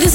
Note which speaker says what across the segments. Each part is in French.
Speaker 1: this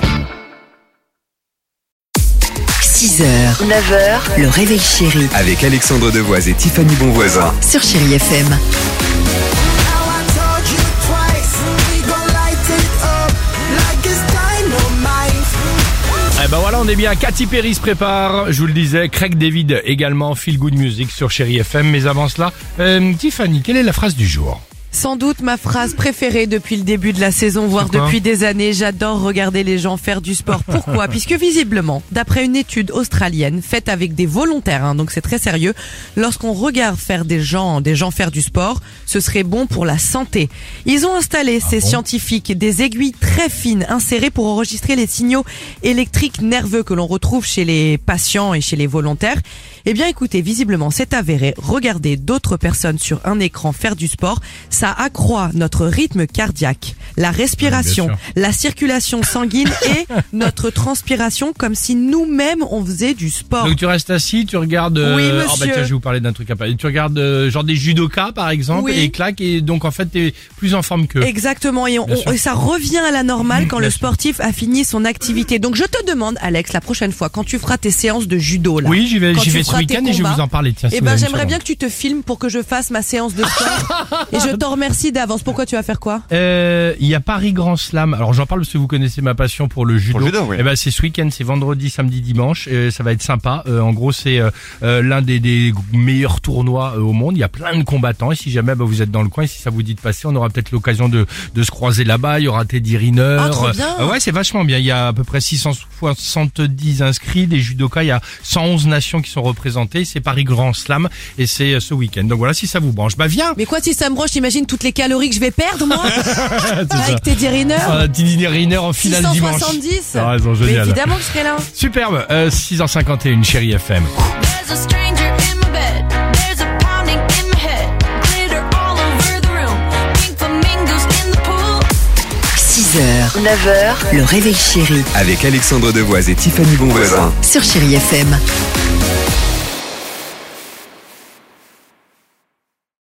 Speaker 2: 6h, 9h, le réveil chéri
Speaker 3: avec Alexandre Devoise et Tiffany Bonvoisin.
Speaker 2: sur Chérie FM.
Speaker 4: Eh ben voilà, on est bien. Katy Perry se prépare. Je vous le disais, Craig David également. Feel Good Music sur Chéri FM. Mais avant cela, euh, Tiffany, quelle est la phrase du jour
Speaker 5: Sans doute ma phrase préférée depuis le début de la saison, voire
Speaker 4: quoi
Speaker 5: depuis des années, j'adore regarder les gens faire du sport. Pourquoi Puisque visiblement, d'après une étude australienne faite avec des volontaires, hein, donc c'est très sérieux, lorsqu'on regarde faire des gens, des gens faire du sport, ce serait bon pour la santé. Ils ont installé, ces scientifiques, des aiguilles très fines insérées pour enregistrer les signaux électriques nerveux que l'on retrouve chez les patients et chez les volontaires. Eh bien écoutez, visiblement c'est avéré, regarder d'autres personnes sur un écran faire du sport, ça accroît notre rythme cardiaque, la respiration,
Speaker 4: bien
Speaker 5: la circulation sanguine et notre transpiration comme si nous-mêmes on faisait du sport.
Speaker 4: Donc tu restes assis, tu regardes.
Speaker 5: Oh. Oui,
Speaker 4: oh,
Speaker 5: monsieur.
Speaker 4: bah tiens, je vais vous parler d'un truc à parler. Tu regardes euh, genre des judokas par exemple
Speaker 5: Oui.
Speaker 4: et claque et donc en fait t'es plus en forme que.
Speaker 5: Exactement, et, on-
Speaker 4: Bien sûr.
Speaker 5: on- et ça revient à la normale quand
Speaker 4: Bien
Speaker 5: le
Speaker 4: sûr.
Speaker 5: sportif a fini son activité. Donc je te demande, Alex, la prochaine fois, quand tu feras tes séances de judo, là,
Speaker 4: Oui, j'y vais,
Speaker 5: Quand
Speaker 4: j'y
Speaker 5: tu
Speaker 4: vais ce
Speaker 5: feras tes
Speaker 4: week-end et je vais
Speaker 5: combats,
Speaker 4: vous en parler. Tiens, si
Speaker 5: Eh
Speaker 4: vous
Speaker 5: ben,
Speaker 4: avez une
Speaker 5: j'aimerais
Speaker 4: seconde.
Speaker 5: bien que tu te filmes pour que je fasse ma séance de sport. et je t'en remercie d'avance. Pourquoi tu vas faire quoi
Speaker 4: Euh, Il y a Paris Grand Slam. Alors j'en parle parce que vous connaissez ma passion pour le judo.
Speaker 6: Pour le judo, oui.
Speaker 4: Eh ben c'est ce week-end, c'est vendredi, samedi, dimanche. Euh, ça va être sympa. Euh, en gros, c'est euh, euh, l'un des, des meilleurs tournois euh, au monde. Il y a plein de combattants. Et si jamais bah, vous êtes dans le coin, et si ça vous dit de passer, on aura peut-être l'occasion de, de se croiser là-bas. Il y aura Teddy Riner.
Speaker 5: Ah, trop bien.
Speaker 4: Euh, ouais, c'est vachement bien. Il y a à peu près 670 inscrits des judokas. Il y a 111 nations qui sont représentées. C'est Paris Grand Slam et c'est euh, ce week-end. Donc voilà, si ça vous branche, bah viens.
Speaker 5: Mais quoi, si ça me broche, imagine toutes les calories que je vais perdre, moi
Speaker 4: ça.
Speaker 5: Avec Teddy Riner
Speaker 4: Ah, Teddy Riner en finale dimanche.
Speaker 5: 670
Speaker 4: T'as raison,
Speaker 5: Mais
Speaker 4: génial.
Speaker 5: évidemment que je serai là.
Speaker 4: Superbe, euh, 6h51, chérie FM.
Speaker 7: There's a stranger in my bed. There's a pounding in my head. Glitter all over the room. Pink flamingos in the pool.
Speaker 2: 6h, 9h, le réveil chéri
Speaker 3: Avec Alexandre Devoise et Tiffany Bonvoisin.
Speaker 2: sur Chérie FM.